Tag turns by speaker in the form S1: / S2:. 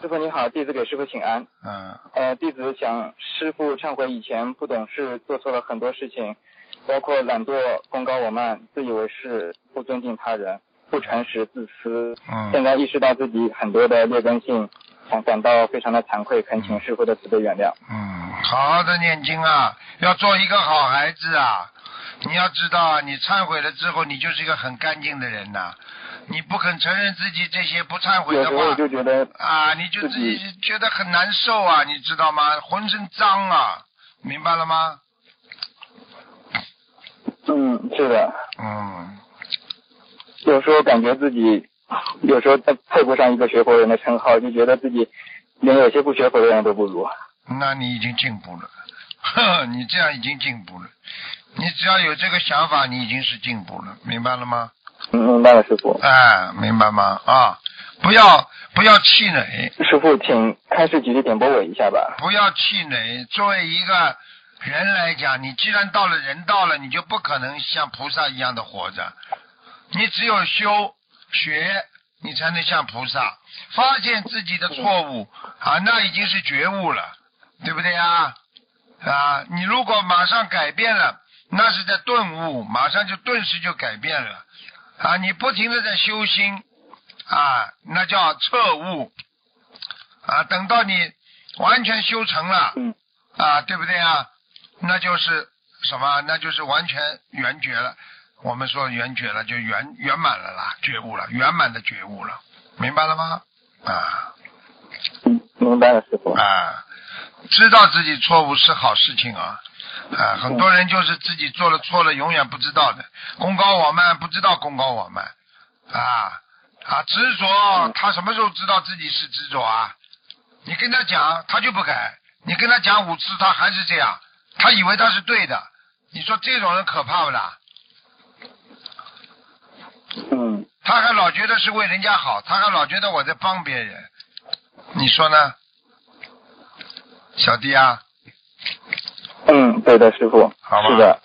S1: 师傅你好，弟子给师傅请安。
S2: 嗯
S1: 呃，弟子想师傅忏悔以前不懂事，做错了很多事情，包括懒惰、功高我慢、自以为是、不尊敬他人、不诚实、自私。现
S2: 嗯
S1: 在意识到自己很多的劣根性，感感到非常的惭愧，恳请师傅的慈悲原谅。
S2: 嗯，好好的念经啊，要做一个好孩子啊。你要知道啊，你忏悔了之后，你就是一个很干净的人呐、你不肯承认自己这些，不忏悔
S1: 有
S2: 嗯的
S1: 时候我
S2: 话
S1: 就觉得
S2: 啊，你就自己觉得很难受啊，你知道吗？浑身脏啊，明白了吗？
S1: 嗯，是的，
S2: 嗯，
S1: 有时候感觉自己，有时候配配不上一个学佛人的称号，就觉得自己连有些不学佛的人都不如。
S2: 那你已经进步了， 呵呵，你这样已经进步了。你只要有这个想法，你已经是进步了，明白了吗？
S1: 嗯明白了，师傅。
S2: 哎，明白吗？啊，不要不要气馁，
S1: 师傅，请开始举例点拨我一下吧。
S2: 不要气馁。作为一个人来讲，你既然到了人道了，你就不可能像菩萨一样的活着。你只有修学，你才能像菩萨。发现自己的错误啊，那已经是觉悟了，对不对啊？啊，你如果马上改变了，那是在顿悟，马上就顿时就改变了。啊，你不停的在修心，啊，那叫彻悟。啊，等到你完全修成了，
S1: 嗯
S2: 啊，对不对啊？那就是什么？那就是完全圆觉了。我们说圆觉了，就圆圆满了啦，觉悟了，圆满的觉悟了，明白了吗？啊
S1: 嗯，明白了，师傅。
S2: 啊，知道自己错误是好事情啊。啊，很多人就是自己做了错了，永远不知道的，功高我慢，不知道功高我慢，啊啊，执着，他什么时候知道自己是执着啊？你跟他讲，他就不改；你跟他讲五次，他还是这样，他以为他是对的。你说这种人可怕不啦？
S1: 嗯，
S2: 他还老觉得是为人家好，他还老觉得我在帮别人，你说呢，小弟啊？啊
S1: 嗯，对的，师傅。
S2: 好吧
S1: 是的，